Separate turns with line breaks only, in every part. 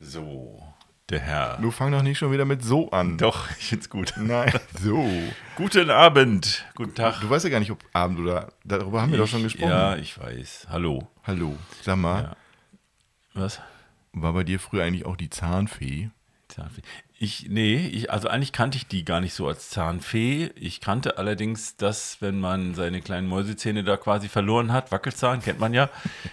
So, der Herr.
Du fang doch nicht schon wieder mit so an.
Doch, ich find's gut.
Nein, so.
Guten Abend, guten Tag.
Du weißt ja gar nicht, ob Abend oder. Darüber haben wir doch schon
Ich-
gesprochen.
Ja, ich weiß. Hallo.
Hallo. Sag mal,
Ja. Was?
war bei dir früher eigentlich auch die Zahnfee?
Zahnfee. Ich, nee, ich, also eigentlich kannte ich die gar nicht so als Zahnfee. Ich kannte allerdings das, wenn man seine kleinen Mäusezähne da quasi verloren hat, Wackelzahn, kennt man ja,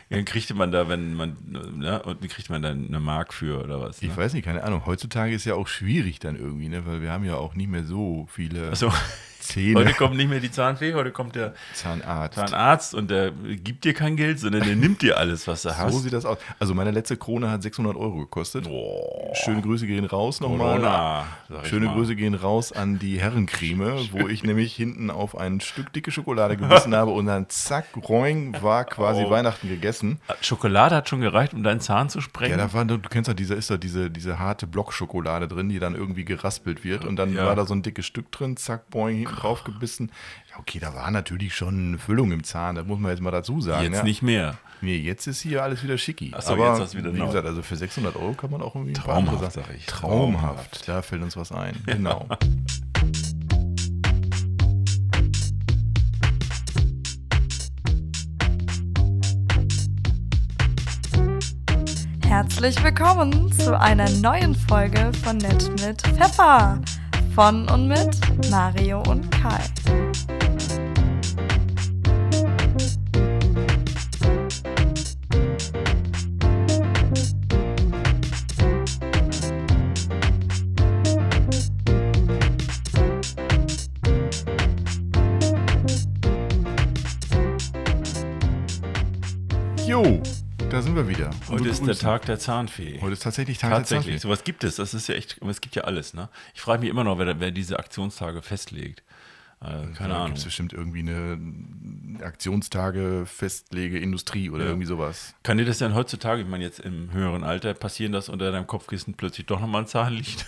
dann kriegte man da, wenn man, ne, und dann kriegt man dann eine Mark für oder was.
Ich
Ne?
weiß nicht, keine Ahnung. Heutzutage ist ja auch schwierig dann irgendwie, ne? Weil wir haben ja auch nicht mehr so viele
Also,
Zähne.
heute kommt nicht mehr die Zahnfee, heute kommt der
Zahnarzt.
Zahnarzt und der gibt dir kein Geld, sondern der nimmt dir alles, was du
So
hast.
sieht das aus. Also meine letzte Krone hat 600 Euro gekostet.
Boah,
Schöne Grüße gehen raus nochmal.
Corona, sag ich
Schöne
mal.
Grüße gehen raus an die Herrencreme, wo ich nämlich hinten auf ein Stück dicke Schokolade gebissen habe und dann zack, roing, war quasi
Oh.
Weihnachten gegessen.
Schokolade hat schon gereicht, um deinen Zahn zu
Ja,
sprengen.
da war, du kennst doch, diese, ist doch diese, diese harte Blockschokolade drin, die dann irgendwie geraspelt wird und dann
Ja.
war da so ein dickes Stück drin, zack, boing, hinten drauf gebissen. Ja, okay, da war natürlich schon eine Füllung im Zahn, das muss man jetzt mal dazu sagen.
Jetzt
ja.
nicht mehr.
Nee, jetzt ist hier alles wieder schicki.
Ach so,
Aber
jetzt hast du wieder
wie
neu.
gesagt, also für 600 Euro kann man auch irgendwie ein paar
Traumhaft,
andere Sachen-
sag ich.
Traumhaft. Da fällt uns was ein. Genau.
Herzlich willkommen zu einer neuen Folge von Nett mit Pfeffer. Von und mit Mario und Kai.
jo, da sind wir wieder. Und
Heute
wir
ist der
grüßen.
Tag der Zahnfee.
Heute ist tatsächlich Tag
Tatsächlich,
der
sowas gibt es. Das ist ja echt, es gibt ja alles. Ne? Ich frage mich immer noch, wer, wer diese Aktionstage festlegt. Äh, keine
Da
Ahnung.
gibt es bestimmt irgendwie eine äh, Aktionstage, Festlege, Industrie oder
Ja.
irgendwie sowas.
Kann dir das denn heutzutage, ich meine jetzt im höheren Alter, passieren, dass unter deinem Kopfkissen plötzlich doch nochmal ein Zahn liegt?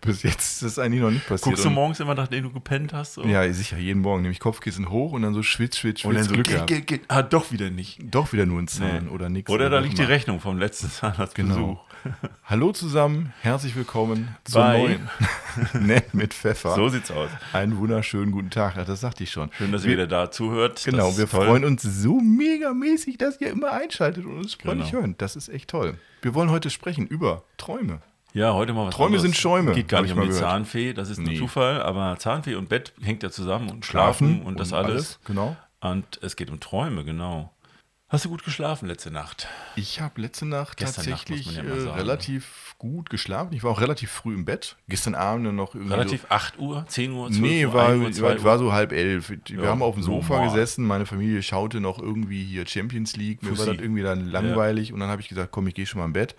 Bis jetzt ist das eigentlich noch nicht passiert.
Guckst du
Und-
morgens immer, nachdem du gepennt hast? So?
ja, sicher, jeden Morgen. Nämlich Kopfkissen hoch und dann so schwitz, schwitz, schwitz.
Und dann so,
Glück
geht,
gehabt.
geht, geht. Ah, doch wieder nicht.
Doch wieder nur ein Zahn
Nee.
oder nichts.
Oder da liegt die Rechnung vom letzten Zahnarztbesuch.
Genau. Hallo zusammen, herzlich willkommen zur
Bye.
neuen Nett mit Pfeffer.
So sieht's aus.
Einen wunderschönen guten Tag. Ach, das sagte ich schon.
Schön, dass ihr wieder da zuhört. Das
Genau,
ist
wir
toll.
freuen uns so megamäßig, dass ihr immer einschaltet und uns freundlich
Genau.
hören. Das ist echt toll. Wir wollen heute sprechen über Träume.
Ja, heute mal was
Träume
anderes.
sind Schäume,
Geht gar
hab
nicht
ich
um
mal
die
gehört.
Zahnfee, das ist nur
Nee.
Zufall, aber Zahnfee und Bett hängt ja zusammen und Schlafen, und das alles.
Genau.
Und es geht um Träume, genau. Hast du gut geschlafen letzte Nacht?
Ich habe letzte Nacht
Gestern Nacht muss man
tatsächlich
ja mal
äh,
sagen,
relativ gut geschlafen. Ich war auch relativ früh im Bett. Gestern Abend dann noch irgendwie so-
Relativ 8 Uhr, 10 Uhr, 12
Also Nee,
Uhr,
war,
1 Uhr, 2
war,
Uhr.
war so halb elf. Wir
Ja, Oh,
haben auf dem Sofa
normal.
gesessen, meine Familie schaute noch irgendwie hier Champions League. Mir war
Fussi.
das irgendwie dann langweilig und dann habe ich gesagt, komm, ich gehe schon mal im Bett.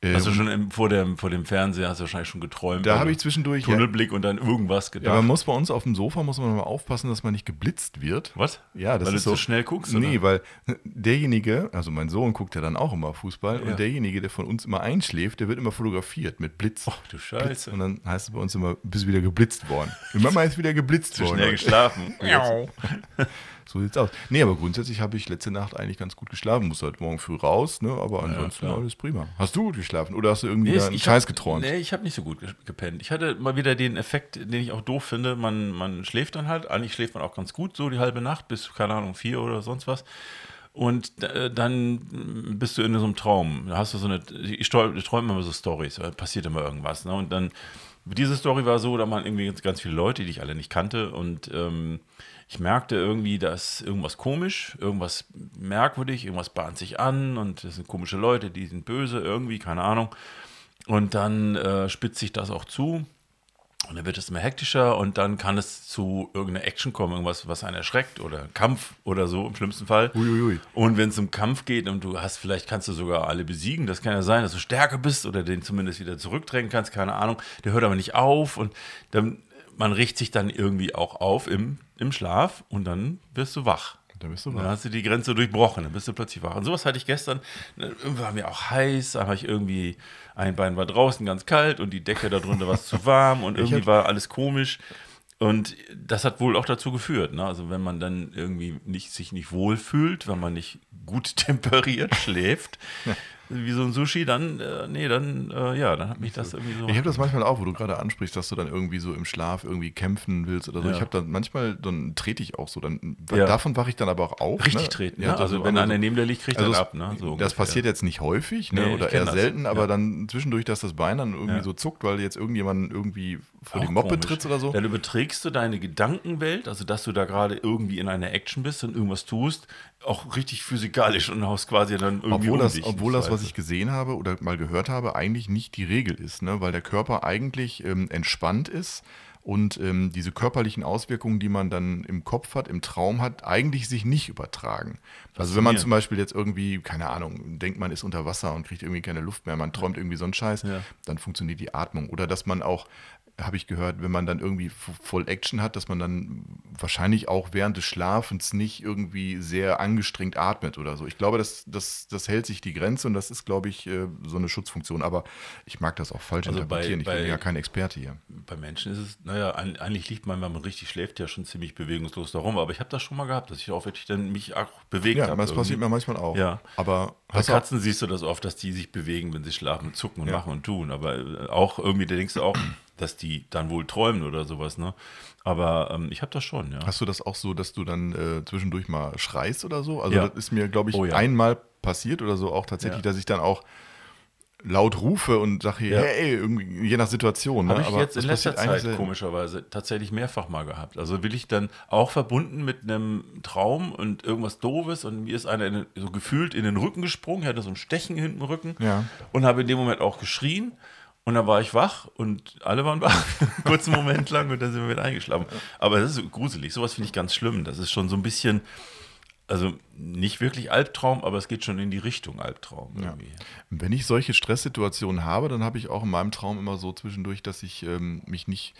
Äh,
Hast du
und
schon im, vor, dem, vor dem Fernseher, hast du wahrscheinlich schon geträumt.
da
oder?
habe ich zwischendurch. Ja,
Tunnelblick und dann irgendwas
ja, man
gedacht.
muss bei uns auf dem Sofa muss man mal aufpassen, dass man nicht geblitzt wird.
was?
Ja, das
Weil
ist
du
so
zu schnell guckst?
Nee,
oder?
weil äh, derjenige, also mein Sohn guckt ja dann auch immer Fußball
Ja.
und derjenige, der von uns immer einschläft, der wird immer fotografiert mit Blitz.
Oh, du Scheiße.
Und dann heißt es bei uns immer, bist wieder geblitzt worden. Die Mama ist wieder geblitzt
Zu
worden.
schnell geschlafen.
Miau. so sieht's aus. Nee, aber grundsätzlich habe ich letzte Nacht eigentlich ganz gut geschlafen. Muss heute Morgen früh raus, ne? aber ansonsten
klar.
alles prima. Hast du gut geschlafen oder hast du irgendwie
Nee,
da
ich-
einen
ich
Scheiß
hab,
geträumt?
Nee, ich habe nicht so gut ge- gepennt. Ich hatte mal wieder den Effekt, den ich auch doof finde. Man, man schläft dann halt. Eigentlich schläft man auch ganz gut, so die halbe Nacht bis, keine Ahnung, vier oder sonst was. Und äh, dann mm, bist du in so einem Traum. Da hast du so eine. Ich träume träum immer so Stories, passiert immer irgendwas. Ne? Und dann. Diese Story war so, da waren irgendwie ganz, ganz viele Leute, die ich alle nicht kannte. Und ähm, ich merkte irgendwie, dass irgendwas komisch, irgendwas merkwürdig, irgendwas bahnt sich an. Und das sind komische Leute, die sind böse irgendwie, keine Ahnung. Und dann äh, spitzt sich das auch zu. Und dann wird es immer hektischer und dann kann es zu irgendeiner Action kommen, irgendwas, was einen erschreckt oder Kampf oder so im schlimmsten Fall.
Uiuiui.
Und wenn es um Kampf geht und du hast, vielleicht kannst du sogar alle besiegen, das kann ja sein, dass du stärker bist oder den zumindest wieder zurückdrängen kannst, keine Ahnung. Der hört aber nicht auf und dann, man richtet sich dann irgendwie auch auf im, im Schlaf und dann wirst du wach.
Dann bist du
Dann
wach.
hast du die Grenze durchbrochen, dann bist du plötzlich wach. Und sowas hatte ich gestern. Irgendwie war mir auch heiß, aber ich irgendwie, ein Bein war draußen ganz kalt und die Decke darunter war zu warm und irgendwie
hab-
war alles komisch. Und das hat wohl auch dazu geführt. Ne? Also wenn man dann irgendwie nicht, sich nicht wohl fühlt, wenn man nicht gut temperiert schläft, wie so ein Sushi, dann, äh, nee, dann, äh, ja, dann hat mich das irgendwie so.
Ich habe das manchmal auch, wo du gerade ansprichst, dass du dann irgendwie so im Schlaf irgendwie kämpfen willst oder so.
Ja.
Ich habe dann manchmal, dann trete ich auch so. Dann,
Ja.
Davon wache ich dann aber auch auf.
richtig
ne?
treten.
Ja,
ne? Also
so
wenn
einmal
einer
so-
neben dir liegt, kriegt er
also das,
ab. Ne? So
das
ungefähr.
passiert jetzt nicht häufig ne?
Nee, ich
oder
kenn
eher
das.
selten, aber
Ja.
dann zwischendurch, dass das Bein dann irgendwie
Ja.
so zuckt, weil jetzt irgendjemand irgendwie vor die
Auch
Moppe
komisch.
tritt oder so.
Dann überträgst du deine Gedankenwelt, also dass du da gerade irgendwie in einer Action bist und irgendwas tust, auch richtig physikalisch und haust quasi dann irgendwie
Obwohl
um
das,
dich,
obwohl das, was
weiß.
ich gesehen habe oder mal gehört habe, eigentlich nicht die Regel ist, ne? weil der Körper eigentlich ähm, entspannt ist und ähm, diese körperlichen Auswirkungen, die man dann im Kopf hat, im Traum hat, eigentlich sich nicht übertragen. Also wenn man
Faszinierend.
zum Beispiel jetzt irgendwie, keine Ahnung, denkt man ist unter Wasser und kriegt irgendwie keine Luft mehr, man träumt irgendwie so einen Scheiß,
Ja.
dann funktioniert die Atmung. Oder dass man auch, habe ich gehört, wenn man dann irgendwie f- voll Action hat, dass man dann wahrscheinlich auch während des Schlafens nicht irgendwie sehr angestrengt atmet oder so. Ich glaube, das, das, das hält sich die Grenze und das ist, glaube ich, äh, so eine Schutzfunktion. Aber ich mag das auch falsch
Also bei-
interpretieren. ich
bei-
bin ja kein Experte hier.
Bei Menschen ist es, naja, ein- eigentlich liegt man, wenn man richtig schläft, ja schon ziemlich bewegungslos darum. Aber ich habe das schon mal gehabt, dass ich auch wirklich dann mich auch bewegt
Ja,
habe.
das passiert
irgendwie.
mir manchmal auch.
Ja.
Aber
Bei
hast du auch,
Katzen siehst du das oft, dass die sich bewegen, wenn sie schlafen und zucken und
Ja.
machen und tun. Aber äh, auch irgendwie, da denkst du auch, dass die dann wohl träumen oder sowas. Ne? Aber ähm, ich habe das schon, ja.
Hast du das auch so, dass du dann äh, zwischendurch mal schreist oder so? Also
Ja.
das ist mir, glaube ich,
Oh ja.
einmal passiert oder so auch tatsächlich,
Ja.
dass ich dann auch laut rufe und sage,
Ja.
hey, irgendwie, je nach Situation. Ne?
Habe ich jetzt in
das
letzter
passiert eigentlich
Zeit
selten.
komischerweise tatsächlich mehrfach mal gehabt. Also will ich dann auch verbunden mit einem Traum und irgendwas Doofes und mir ist einer in, den- so gefühlt in den Rücken gesprungen, ich hatte so ein Stechen hinten im Rücken
Ja.
und habe in dem Moment auch geschrien. Und dann war ich wach und alle waren wach, kurzen Moment lang und dann sind wir wieder eingeschlafen. Aber das ist gruselig, sowas finde ich ganz schlimm. Das ist schon so ein bisschen, also nicht wirklich Albtraum, aber es geht schon in die Richtung Albtraum. Irgendwie.
Wenn ich solche Stresssituationen habe, dann habe ich auch in meinem Traum immer so zwischendurch, dass ich ähm, mich nicht.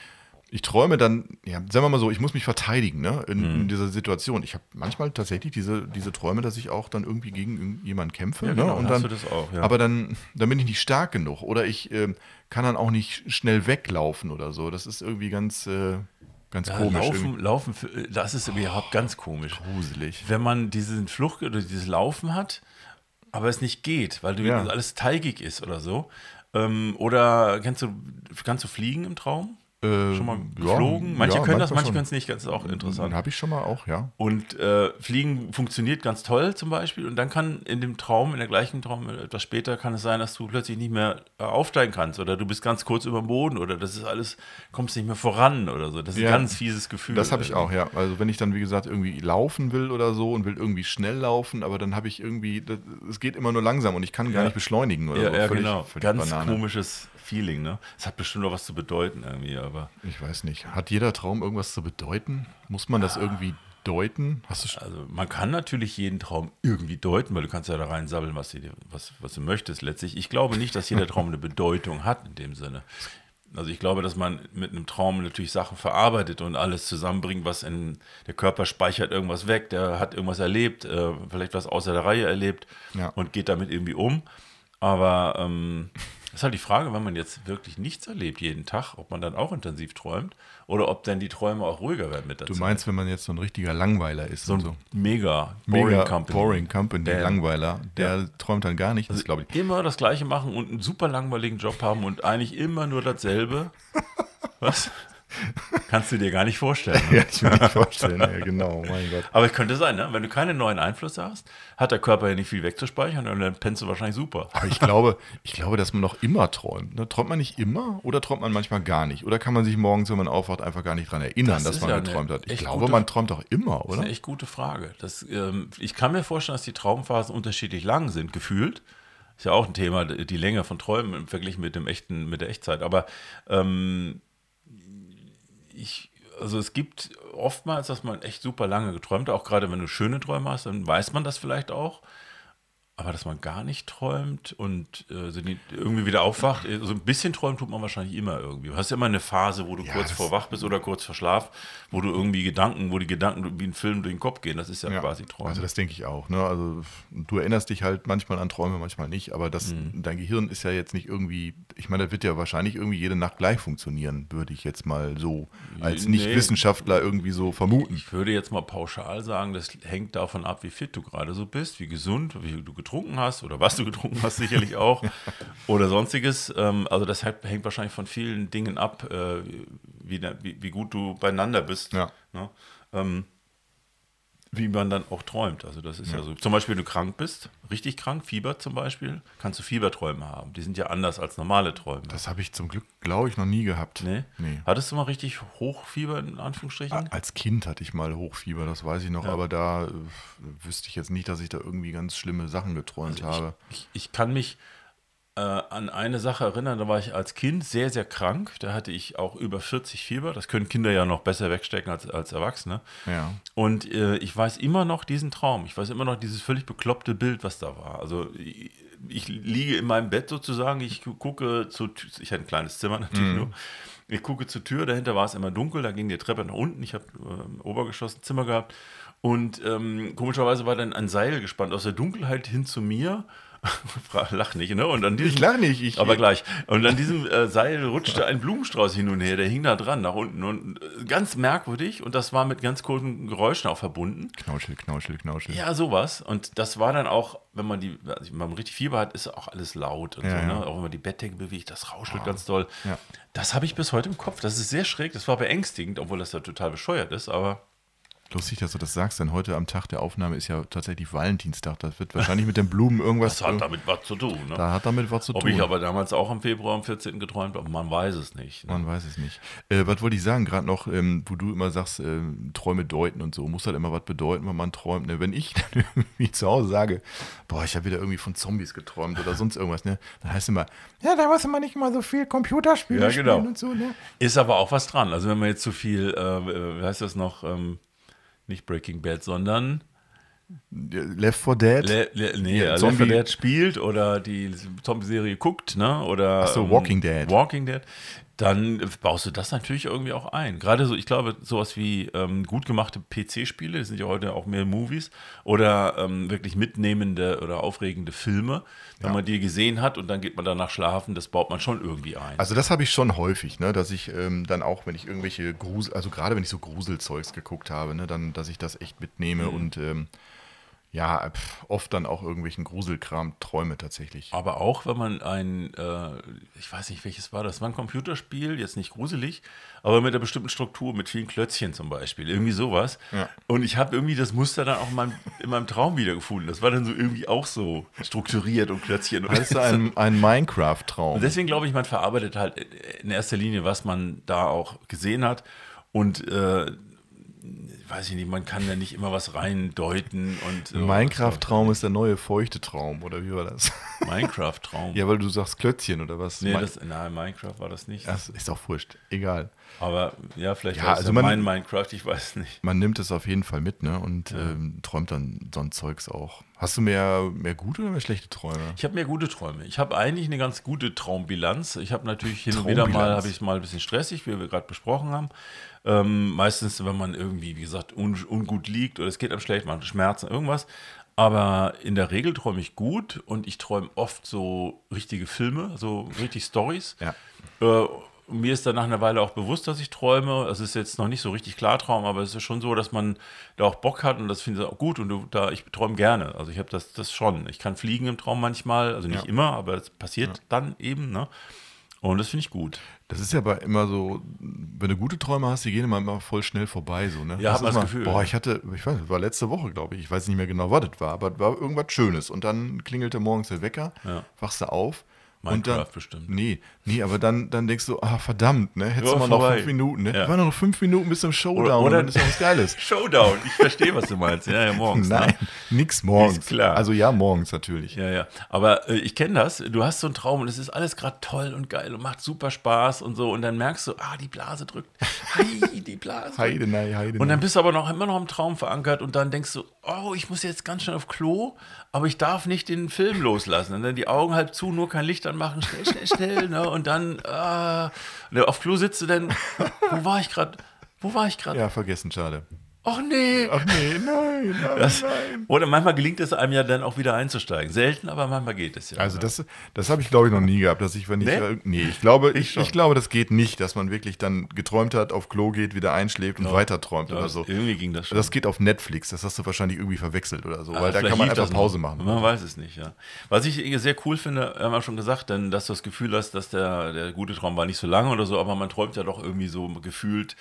Ich träume dann, ja, sagen wir mal so, ich muss mich verteidigen, ne, in,
Mhm.
in dieser Situation. Ich habe manchmal tatsächlich diese, diese Träume, dass ich auch dann irgendwie gegen jemanden kämpfe.
Ja,
ne?
genau,
und
hast
dann,
du das auch, ja.
Aber dann, dann bin ich nicht stark genug oder ich ähm, kann dann auch nicht schnell weglaufen oder so. Das ist irgendwie ganz, äh, ganz
Ja,
komisch.
laufen, laufen, für- äh, das ist überhaupt ganz komisch.
irgendwie gruselig.
wenn man diesen Flucht oder dieses Laufen hat, aber es nicht geht, weil du also
Ja.
alles teigig ist oder so. Ähm, oder kannst du, kannst du fliegen im Traum?
Äh,
Schon mal
ja,
geflogen? Manche
ja,
können das, manche
manchmal
können es nicht. Das ist auch interessant.
Dann habe ich schon mal auch, ja.
Und äh, Fliegen funktioniert ganz toll zum Beispiel. Und dann kann in dem Traum, in der gleichen Traum, äh, etwas später kann es sein, dass du plötzlich nicht mehr äh, aufsteigen kannst oder du bist ganz kurz über dem Boden oder das ist alles, kommst nicht mehr voran oder so. Das ist
Ja.
ein ganz fieses Gefühl.
Das habe ich auch, ja. Also wenn ich dann, wie gesagt, irgendwie laufen will oder so und will irgendwie schnell laufen, aber dann habe ich irgendwie, das, es geht immer nur langsam und ich kann gar
Ja.
nicht beschleunigen oder
Ja,
so.
ja genau.
völlig
Ganz
Banane.
komisches Feeling, ne? Es hat bestimmt noch was zu bedeuten irgendwie, aber
Ich weiß nicht. Hat jeder Traum irgendwas zu bedeuten? Muss man das irgendwie deuten? Hast du sch-
also man kann natürlich jeden Traum irgendwie deuten, weil du kannst ja da reinsabbeln, was du, dir- was, was du möchtest letztlich. Ich glaube nicht, dass jeder Traum eine Bedeutung hat in dem Sinne. Also ich glaube, dass man mit einem Traum natürlich Sachen verarbeitet und alles zusammenbringt, was in der Körper speichert irgendwas weg, der hat irgendwas erlebt, äh, vielleicht was außer der Reihe erlebt
Ja.
und geht damit irgendwie um. Aber ähm, das ist halt die Frage, wenn man jetzt wirklich nichts erlebt jeden Tag, ob man dann auch intensiv träumt oder ob dann die Träume auch ruhiger werden mit der
Du
Zeit.
meinst, wenn man jetzt so ein richtiger Langweiler ist
So
und
ein
so.
mega boring
Mega
Company.
Boring Company,
Damn.
Langweiler, der träumt dann gar nicht. Das glaube ich.
Immer das Gleiche machen und einen super langweiligen Job haben und eigentlich immer nur dasselbe. Was? Kannst du dir gar nicht vorstellen. Ne?
Ja, ich kann mir nicht vorstellen. Ja, genau, mein Gott.
Aber es könnte sein, ne? wenn du keine neuen Einflüsse hast, hat der Körper ja nicht viel wegzuspeichern und dann pennst du wahrscheinlich super.
Aber ich glaube, ich glaube, dass man noch immer träumt. Ne? Träumt man nicht immer oder träumt man manchmal gar nicht? Oder kann man sich morgens, wenn man aufwacht, einfach gar nicht dran erinnern,
Das
dass
ist
man
ja eine
geträumt hat? Ich
echt
glaube,
gute-
man träumt doch immer,
Das ist
oder?
eine echt gute Frage. Das, ähm, ich kann mir vorstellen, dass die Traumphasen unterschiedlich lang sind, gefühlt. Ist ja auch ein Thema, die Länge von Träumen im Vergleich mit dem echten, mit der Echtzeit. Aber ähm, ich, also es gibt oftmals, dass man echt super lange geträumt hat, auch gerade wenn du schöne Träume hast, dann weiß man das vielleicht auch. Aber dass man gar nicht träumt und äh, so die- irgendwie wieder aufwacht, äh, so ein bisschen träumen tut man wahrscheinlich immer irgendwie. Du hast ja immer eine Phase, wo du
Ja,
kurz
das-
vor wach bist oder kurz vor Schlaf, wo du irgendwie Gedanken, wo die Gedanken wie ein Film durch den Kopf gehen. Das ist ja,
Ja,
quasi Träumen.
Also das denke ich auch. Ne? Also du erinnerst dich halt manchmal an Träume, manchmal nicht, aber das,
Mhm.
dein Gehirn ist ja jetzt nicht irgendwie, ich meine, das wird ja wahrscheinlich irgendwie jede Nacht gleich funktionieren, würde ich jetzt mal so als
Nee.
Nicht-Wissenschaftler irgendwie so vermuten.
Ich würde jetzt mal pauschal sagen, das hängt davon ab, wie fit du gerade so bist, wie gesund, wie du getrunken hast oder was du getrunken hast, sicherlich auch oder sonstiges. Ähm, Also das hat- hängt wahrscheinlich von vielen Dingen ab, äh, wie, da- wie, wie gut du beieinander bist.
Ja.
Ne? Ähm, Wie man dann auch träumt. Also das ist ja. so. Zum Beispiel, wenn du krank bist, richtig krank, Fieber zum Beispiel, kannst du Fieberträume haben. Die sind ja anders als normale Träume.
Das habe ich zum Glück, glaube ich, noch nie gehabt.
nee?
Nee.
Hattest du mal richtig Hochfieber in
A-
Anführungsstrichen?
Als Kind hatte ich mal Hochfieber, das weiß ich noch,
Ja.
aber da äh, wüsste ich jetzt nicht, dass ich da irgendwie ganz schlimme Sachen geträumt habe.
Also Ich, ich kann mich äh, an eine Sache erinnern, da war ich als Kind sehr, sehr krank. Da hatte ich auch über 40 Fieber. Das können Kinder ja noch besser wegstecken als, als Erwachsene.
Ja.
Und äh, ich weiß immer noch diesen Traum. Ich weiß immer noch dieses völlig bekloppte Bild, was da war. Also ich, ich liege in meinem Bett sozusagen, ich gu- gucke zur Tür, ich hatte ein kleines Zimmer
Mhm.
natürlich nur. Ich gucke zur Tür, dahinter war es immer dunkel, da ging die Treppe nach unten. Ich habe äh, Obergeschoss ein Zimmer gehabt. Und ähm, komischerweise war dann ein Seil gespannt aus der Dunkelheit hin zu mir. Fra- Lach nicht, ne? Und an diesem,
Ich lache nicht, ich
aber gleich. Und an diesem äh, Seil rutschte ein Blumenstrauß hin und her, der hing da dran, nach unten. Und äh, ganz merkwürdig, und das war mit ganz komischen Geräuschen auch verbunden.
Knauschel, Knauschel, Knauschel.
Ja, sowas. Und das war dann auch, wenn man die, also wenn man richtig Fieber hat, ist auch alles laut und
Ja,
so,
ja.
ne? Auch wenn man die Bettdecke bewegt, das rauschelt ganz doll.
Ja.
Das habe ich bis heute im Kopf. Das ist sehr schräg, das war beängstigend, obwohl das ja total bescheuert ist, aber
Lustig, dass du das sagst, denn heute am Tag der Aufnahme ist ja tatsächlich Valentinstag. Das wird wahrscheinlich mit den Blumen irgendwas.
das hat damit was zu tun. Ne?
da hat damit was zu
Ob
tun.
ich aber damals auch im Februar am 14. geträumt habe, man weiß es nicht. Ne?
Man weiß es nicht. Äh, was wollte ich sagen, gerade noch, ähm, wo du immer sagst, ähm, Träume deuten und so, muss halt immer was bedeuten, wenn man träumt. Ne? Wenn ich dann irgendwie zu Hause sage, boah, ich habe wieder irgendwie von Zombies geträumt oder sonst irgendwas, ne? Dann heißt immer, ja, da muss man nicht immer so viel Computerspiele
Ja, genau.
spielen und so, ne?
Ist aber auch was dran. Also wenn man jetzt zu viel, äh, wie heißt das noch, ähm, nicht Breaking Bad, sondern
Left 4 Dead.
Le Le nee,
Ja,
Left
Zombie-
4 Dead spielt oder die Zombie-Serie guckt, ne? Oder
Ach so, Walking Dead.
Walking Dead. Dann baust du das natürlich irgendwie auch ein. Gerade so, ich glaube, sowas wie ähm, gut gemachte PC-Spiele, das sind ja heute auch mehr Movies, oder ähm, wirklich mitnehmende oder aufregende Filme, wenn
Ja.
man die gesehen hat und dann geht man danach schlafen, das baut man schon irgendwie ein.
Also das habe ich schon häufig, ne, dass ich ähm, dann auch, wenn ich irgendwelche Grusel, also gerade wenn ich so Gruselzeugs geguckt habe, ne, dann, dass ich das echt mitnehme und ähm, ja, pf, oft dann auch irgendwelchen Gruselkram träume tatsächlich.
Aber auch, wenn man ein, äh, ich weiß nicht, welches war das, war ein Computerspiel, jetzt nicht gruselig, aber mit einer bestimmten Struktur, mit vielen Klötzchen zum Beispiel, irgendwie sowas.
Ja.
Und ich habe irgendwie das Muster dann auch in meinem, in meinem Traum wiedergefunden. Das war dann so irgendwie auch so strukturiert und Klötzchen. Und
Das ist ein, ein
und
Minecraft-Traum.
deswegen glaube ich, man verarbeitet halt in erster Linie, was man da auch gesehen hat. Und äh, weiß ich nicht, man kann da nicht immer was reindeuten. und äh,
Ein Minecraft-Traum ist der neue feuchte Traum, oder wie war das?
Minecraft-Traum.
ja, weil du sagst Klötzchen oder was?
Nee,
Mein-
das, nein, Minecraft war das nicht.
das ist auch wurscht. Egal.
Aber ja, vielleicht
Ja,
war es
also
ja
man-
mein Minecraft, ich weiß nicht.
Man nimmt es auf jeden Fall mit, ne? Und ähm, träumt dann so ein Zeugs auch. Hast du mehr, mehr gute oder mehr schlechte Träume?
Ich habe mehr gute Träume. Ich habe eigentlich eine ganz gute Traumbilanz. Ich habe natürlich hin und wieder mal,
Traumbilanz.
habe ich es mal ein bisschen stressig, wie wir gerade besprochen haben. Ähm, meistens, wenn man irgendwie, wie gesagt, un ungut liegt oder es geht einem schlecht, man hat Schmerzen, irgendwas. Aber in der Regel träume ich gut und ich träume oft so richtige Filme, so richtig Stories.
Ja.
Äh, mir ist dann nach einer Weile auch bewusst, dass ich träume. Es ist jetzt noch nicht so richtig Klartraum, aber es ist schon so, dass man da auch Bock hat und das finde ich auch gut. Und du, da, ich träume gerne. Also ich habe das, das schon. Ich kann fliegen im Traum manchmal, also nicht
Ja.
immer, aber es passiert dann eben. Ne? Und das finde ich gut.
Das ist ja aber immer so, wenn du gute Träume hast, die gehen immer, immer voll schnell vorbei. So, ne?
Ja,
das
hat man das
ist mal-
Gefühl.
Boah, ich hatte, ich weiß, das war letzte Woche, glaube ich. Ich weiß nicht mehr genau, was das war, aber das war irgendwas Schönes. Und dann klingelte morgens der Wecker,
Ja.
wachst du auf. und
Minecraft
dann,
bestimmt.
Nee, nee, aber dann, dann denkst du, ah, verdammt, ne? Hättest
Ja,
du mal noch
vorbei.
fünf Minuten, ne?
Ja.
War noch fünf Minuten bis zum Showdown.
oder-
und dann ist ja was Geiles.
Showdown, ich verstehe, was du meinst. Ja, ja morgens.
Nein,
Ne?
Nix morgens.
Ist klar.
Also ja, morgens natürlich.
Ja, ja. Aber äh, ich kenne das. Du hast so einen Traum und es ist alles gerade toll und geil und macht super Spaß und so. Und dann merkst du, ah, die Blase drückt. Hi, die Blase.
Heide, nein, Heide.
Und dann
nein.
bist du aber noch immer noch im Traum verankert und dann denkst du, oh, ich muss jetzt ganz schnell auf Klo, aber ich darf nicht den Film loslassen. Und dann die Augen halb zu, nur kein Licht anmachen, schnell, schnell, schnell. ne? Und dann ah, und auf Klo sitzt du dann, wo war ich gerade? Wo war ich gerade?
ja, vergessen, schade.
Och nee.
Ach nee, nein, nein,
Das,
nein.
oder manchmal gelingt es einem ja dann auch wieder einzusteigen. Selten, aber manchmal geht es ja.
Also das, das habe ich glaube ich noch nie gehabt, dass ich wenn ich
Nee?
äh, nee, ich glaube
Ich
ich,
schon.
ich glaube das geht nicht, dass man wirklich dann geträumt hat, auf Klo geht, wieder einschläft und weiter träumt
Ja,
oder so.
Irgendwie ging das schon.
Das geht auf Netflix, das hast du wahrscheinlich irgendwie verwechselt oder so,
Ah,
weil da
vielleicht
kann man
lief
einfach
das
Pause
noch.
machen.
Man weiß es nicht, ja. Was ich irgendwie sehr cool finde, haben wir schon gesagt, denn, dass du das Gefühl hast, dass der, der gute Traum war nicht so lange oder so, aber man träumt ja doch irgendwie so gefühlt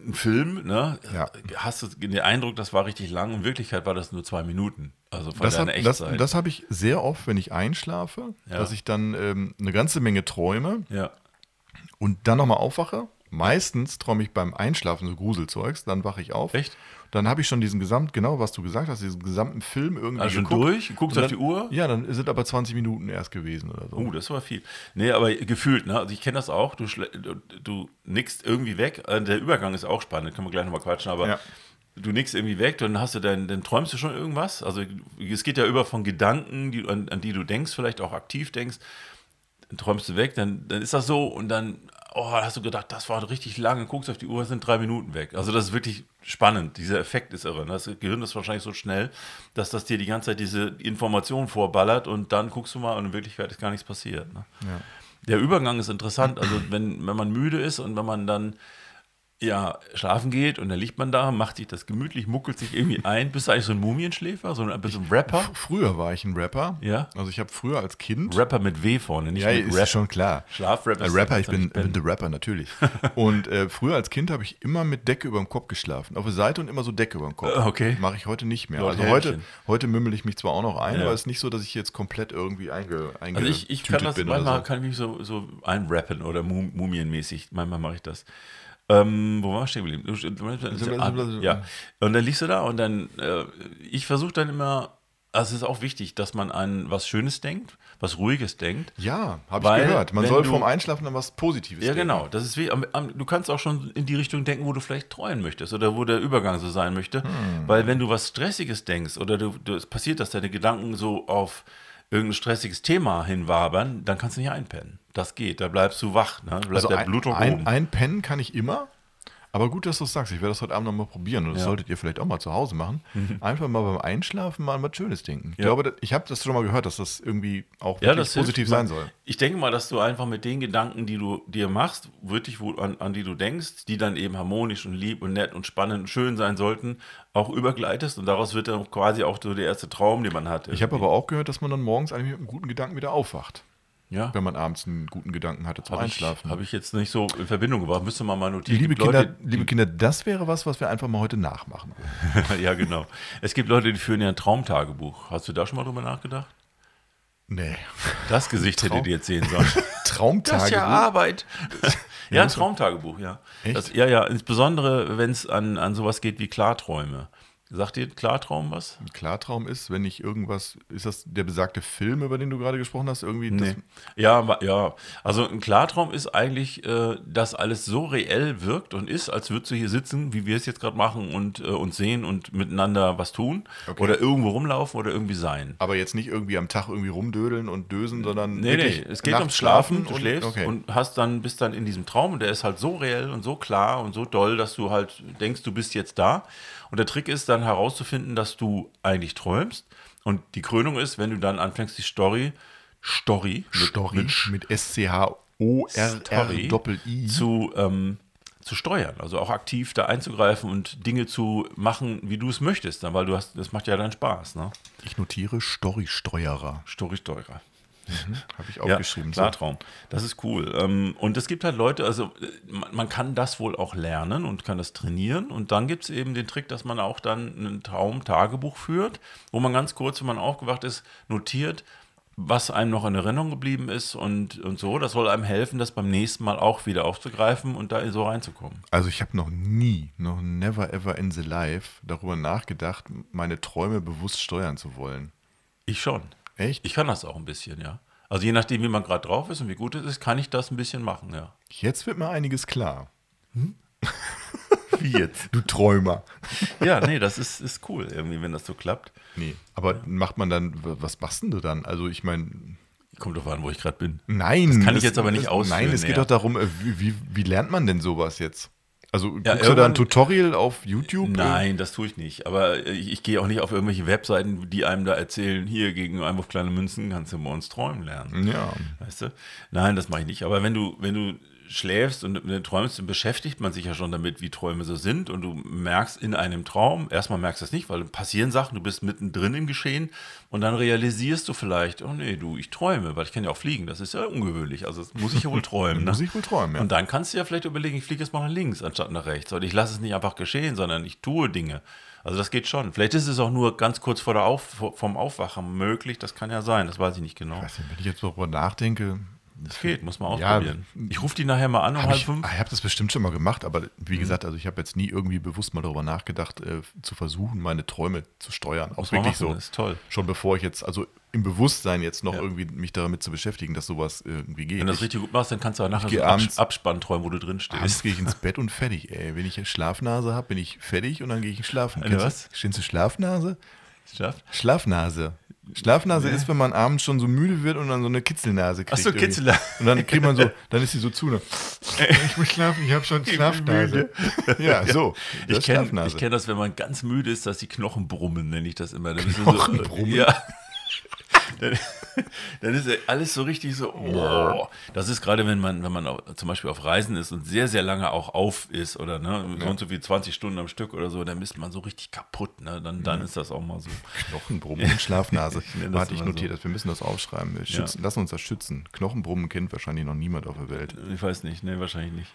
einen Film, ne?
Ja.
Hast du den Eindruck, das war richtig lang? In Wirklichkeit war das nur zwei Minuten. Also von
Das
deiner
habe das,
Echtzeit.
das hab ich sehr oft, wenn ich einschlafe,
Ja.
dass ich dann ähm, eine ganze Menge träume
ja.
und dann nochmal aufwache. Meistens träume ich beim Einschlafen so Gruselzeugs, dann wache ich auf.
Echt?
Dann habe ich schon diesen gesamten, genau was du gesagt hast, diesen gesamten Film irgendwie
Also schon
geguckt.
durch? Guckst
Und
auf
dann-
die Uhr?
Ja, dann sind aber 20 Minuten erst gewesen oder so.
Oh, das war viel. Nee, aber gefühlt, ne? Also ich kenne das auch. Du, schle- du, du nickst irgendwie weg. Äh, Der Übergang ist auch spannend, können wir gleich nochmal quatschen, aber
Ja.
du nickst irgendwie weg, dann hast du dein, dann träumst du schon irgendwas. Also es geht ja über von Gedanken, die, an, an die du denkst, vielleicht auch aktiv denkst, dann träumst du weg, dann, dann ist das so und dann, oh, hast du gedacht, das war richtig lange, guckst auf die Uhr, es sind drei Minuten weg. Also das ist wirklich spannend, dieser Effekt ist irre. ne? Das Gehirn ist wahrscheinlich so schnell, dass das dir die ganze Zeit diese Information vorballert und dann guckst du mal und in Wirklichkeit ist gar nichts passiert. Ne? Der Übergang ist interessant, also wenn, wenn man müde ist und wenn man dann ja, schlafen geht und dann liegt man da, macht sich das gemütlich, muckelt sich irgendwie ein. Bist du eigentlich so ein Mumienschläfer, so ein, bist du ein Rapper?
Fr- Früher war ich ein Rapper.
Ja.
Also ich habe früher als Kind.
Rapper mit W vorne, nicht
ja,
mit
ist
Rap.
schon klar.
Schlafrap
Äh,
ist
Rapper,
ja
ich bin,
nicht Ben.
bin der Rapper natürlich. und äh, früher als Kind habe ich immer mit Decke über dem Kopf geschlafen. Auf der Seite und immer so Decke über dem Kopf.
Äh, okay.
Mache ich heute nicht mehr.
Lord
also heute,
Helmchen.
heute mümmel ich mich zwar auch noch ein,
Ja.
aber es ist nicht so, dass ich jetzt komplett irgendwie einge, eingetütet
Also ich, ich kann das,
bin
manchmal
oder so.
kann ich mich so, so einrappen oder mu- mumienmäßig, manchmal mache ich das. Ähm, wo war ich stehen geblieben? ah, Ja. Und dann liegst du da und dann, äh, ich versuche dann immer, also es ist auch wichtig, dass man an was Schönes denkt, was Ruhiges denkt.
Ja, habe
Weil,
ich gehört. Man
wenn
soll
du-
vorm Einschlafen dann was Positives
Ja,
denken.
genau. Das ist wie, am, am, du kannst auch schon in die Richtung denken, wo du vielleicht treuen möchtest oder wo der Übergang so sein möchte.
Hm.
Weil wenn du was Stressiges denkst oder du, du, es passiert, dass deine Gedanken so auf irgendein stressiges Thema hinwabern, dann kannst du nicht einpennen. Das geht. Da bleibst du wach. Ne? Da bleibt
Also
der
ein,
Blutdruck
ein,
oben.
ein Pennen kann ich immer. Aber gut, dass du es sagst. Ich werde das heute Abend nochmal probieren. Und das
Ja. Mhm.
solltet ihr vielleicht auch mal zu Hause machen. Einfach mal beim Einschlafen mal an was Schönes denken. Ich
Ja.
glaube, da- ich habe das schon mal gehört, dass das irgendwie auch
ja,
wirklich
das
positiv
hilft. ne?
sein soll.
Ich denke mal, dass du einfach mit den Gedanken, die du dir machst, wirklich wo, an, an die du denkst, die dann eben harmonisch und lieb und nett und spannend und schön sein sollten, auch übergleitest und daraus wird dann quasi auch so der erste Traum, den man hat.
Ich habe aber auch gehört, dass man dann morgens eigentlich mit einem guten Gedanken wieder aufwacht.
ja.
Wenn man abends einen guten Gedanken hatte zum
Hab
Einschlafen.
Ich, habe ich jetzt nicht so in Verbindung gebracht. Müsste man mal notieren.
liebe,
Es gibt
Kinder,
Leute,
liebe Kinder, das wäre was, was wir einfach mal heute nachmachen.
ja, genau. Es gibt Leute, die führen ja ein Traumtagebuch. Hast du da schon mal drüber nachgedacht?
Nee.
Das Gesicht hättet ihr jetzt sehen sollen.
Traumtage.
Arbeit. ja, ein Traumtagebuch, ja.
Echt?
Das, ja, ja. Insbesondere, wenn es an, an sowas geht wie Klarträume. Sagt ihr Klartraum was?
Ein Klartraum ist, wenn ich irgendwas, ist das der besagte Film, über den du gerade gesprochen hast, irgendwie das,
Ja, wa- ja. Also ein Klartraum ist eigentlich, äh, dass alles so reell wirkt und ist, als würdest du hier sitzen, wie wir es jetzt gerade machen und äh, uns sehen und miteinander was tun
Okay.
oder irgendwo rumlaufen oder irgendwie sein.
Aber jetzt nicht irgendwie am Tag irgendwie rumdödeln und dösen, sondern.
Nee,
Ähm, wirklich
nee, es geht
nachts
ums Schlafen, du
und-
schläfst
okay.
und hast dann, bist dann in diesem Traum und der ist halt so reell und so klar und so doll, dass du halt denkst, du bist jetzt da. Und der Trick ist dann herauszufinden, dass du eigentlich träumst. Und die Krönung ist, wenn du dann anfängst, die Story, Story, mit-
Story
mit
mit S-C-H-O-R-R-Doppel-I.
zu, ähm, zu steuern, also auch aktiv da einzugreifen und Dinge zu machen, wie du es möchtest, ne? weil du hast, das macht ja dann Spaß, ne?
Ich notiere Story-Steuerer.
Story-Steurer.
Habe ich
Mhm. Ja,
aufgeschrieben. so.
Klartraum. Das ist cool. Ähm, Und es gibt halt Leute, also äh, man, man kann das wohl auch lernen und kann das trainieren. Und dann gibt es eben den Trick, dass man auch dann ein Traum-Tagebuch führt, wo man ganz kurz, wenn man aufgewacht ist, notiert, was einem noch in Erinnerung geblieben ist und, und so. Das soll einem helfen, das beim nächsten Mal auch wieder aufzugreifen und da so reinzukommen.
Also ich habe noch nie, noch never ever in the life darüber nachgedacht, meine Träume bewusst steuern zu wollen.
Ich schon.
Echt?
Ich kann das auch ein bisschen, ja. Also je nachdem, wie man gerade drauf ist und wie gut es ist, kann ich das ein bisschen machen, ja.
Jetzt wird mir einiges klar.
Hm?
Wie jetzt? Du Träumer.
Ja, nee, das ist, ist cool irgendwie, wenn das so klappt.
Nee, aber macht man dann, w- was machst denn du dann? Also ich meine,
Kommt drauf an, wo ich gerade bin.
nein.
kann ich jetzt aber nicht ausführen,
Nein, es geht
ja.
doch darum, äh, wie, wie, wie lernt man denn sowas jetzt? Also
Ja,
guckst du da ein
irgendwann-
Tutorial auf YouTube?
Nein, das tue ich nicht. Aber äh, ich, ich gehe auch nicht auf irgendwelche Webseiten, die einem da erzählen, hier gegen Einwurf kleine Münzen kannst du bei uns träumen lernen.
Äh, Ja.
Weißt du? Nein, das mache ich nicht. Aber wenn du, wenn du schläfst und wenn du träumst, dann beschäftigt man sich ja schon damit, wie Träume so sind. Und du merkst in einem Traum, erstmal merkst du es nicht, weil passieren Sachen, du bist mittendrin im Geschehen und dann realisierst du vielleicht, oh nee, du, ich träume, weil ich kann ja auch fliegen, das ist ja ungewöhnlich. Also das muss ich ja wohl träumen. ne?
Muss ich wohl träumen, ja.
Und dann kannst du ja vielleicht überlegen, ich fliege jetzt mal nach links anstatt nach rechts. Oder ich lasse es nicht einfach geschehen, sondern ich tue Dinge. Also das geht schon. Vielleicht ist es auch nur ganz kurz vor der Auf, vor- vom Aufwachen möglich. Das kann ja sein. Das weiß ich nicht genau.
Weiß nicht, wenn ich jetzt darüber nachdenke,
Das geht, muss man
Ja,
ausprobieren. ich rufe die nachher mal an um
Hab
halb
ich ah,
fünf.
ich habe das bestimmt schon mal gemacht, aber wie
Mhm.
gesagt, also ich habe jetzt nie irgendwie bewusst mal darüber nachgedacht, äh, zu versuchen, meine Träume zu steuern. Auch
Muss man
wirklich
machen,
so.
ist toll.
Schon bevor ich jetzt, also im Bewusstsein jetzt noch
Ja.
irgendwie mich damit zu beschäftigen, dass sowas irgendwie geht.
Wenn du das richtig gut machst, dann kannst du auch nachher
ich
so
gehe
Abs
abends-
Abspann träumen, wo du drin
ich, abends
stehst.
gehe ich ins Bett und fertig, ey. Wenn ich Schlafnase habe, bin ich fertig und dann gehe ich schlafen.
Eine
Kennst du- Kennst du Schlafnase?
Schafft.
Schlafnase. Schlafnase ist, wenn man abends schon so müde wird und dann so eine Kitzelnase kriegt.
Ach so,
irgendwie.
Kitzelnase.
Und dann kriegt man so, dann ist sie so zu. Ne? Ich muss schlafen, ich habe schon Schlafnase. Ja, so.
Ich
ist
kenne
Schlafnase.
kenn das, wenn man ganz müde ist, dass die Knochen brummen, nenne ich das immer. Dann Ist
Knochen
es so,
brummen?
Ja. Dann, dann ist alles so richtig so. Oh. Das ist gerade, wenn man, wenn man auf, zum Beispiel auf Reisen ist und sehr, sehr lange auch auf ist oder ne, so und so wie 20 Stunden am Stück oder so, dann ist man so richtig kaputt. Ne? Dann, dann ist das auch mal so.
Knochenbrummen und Schlafnase.
Ich nenn das
Warte, ich
immer
notiere das. Wir müssen das aufschreiben. Wir schützen, Lass uns das schützen. Knochenbrummen kennt wahrscheinlich noch niemand auf der Welt.
Ich weiß nicht, ne, wahrscheinlich nicht.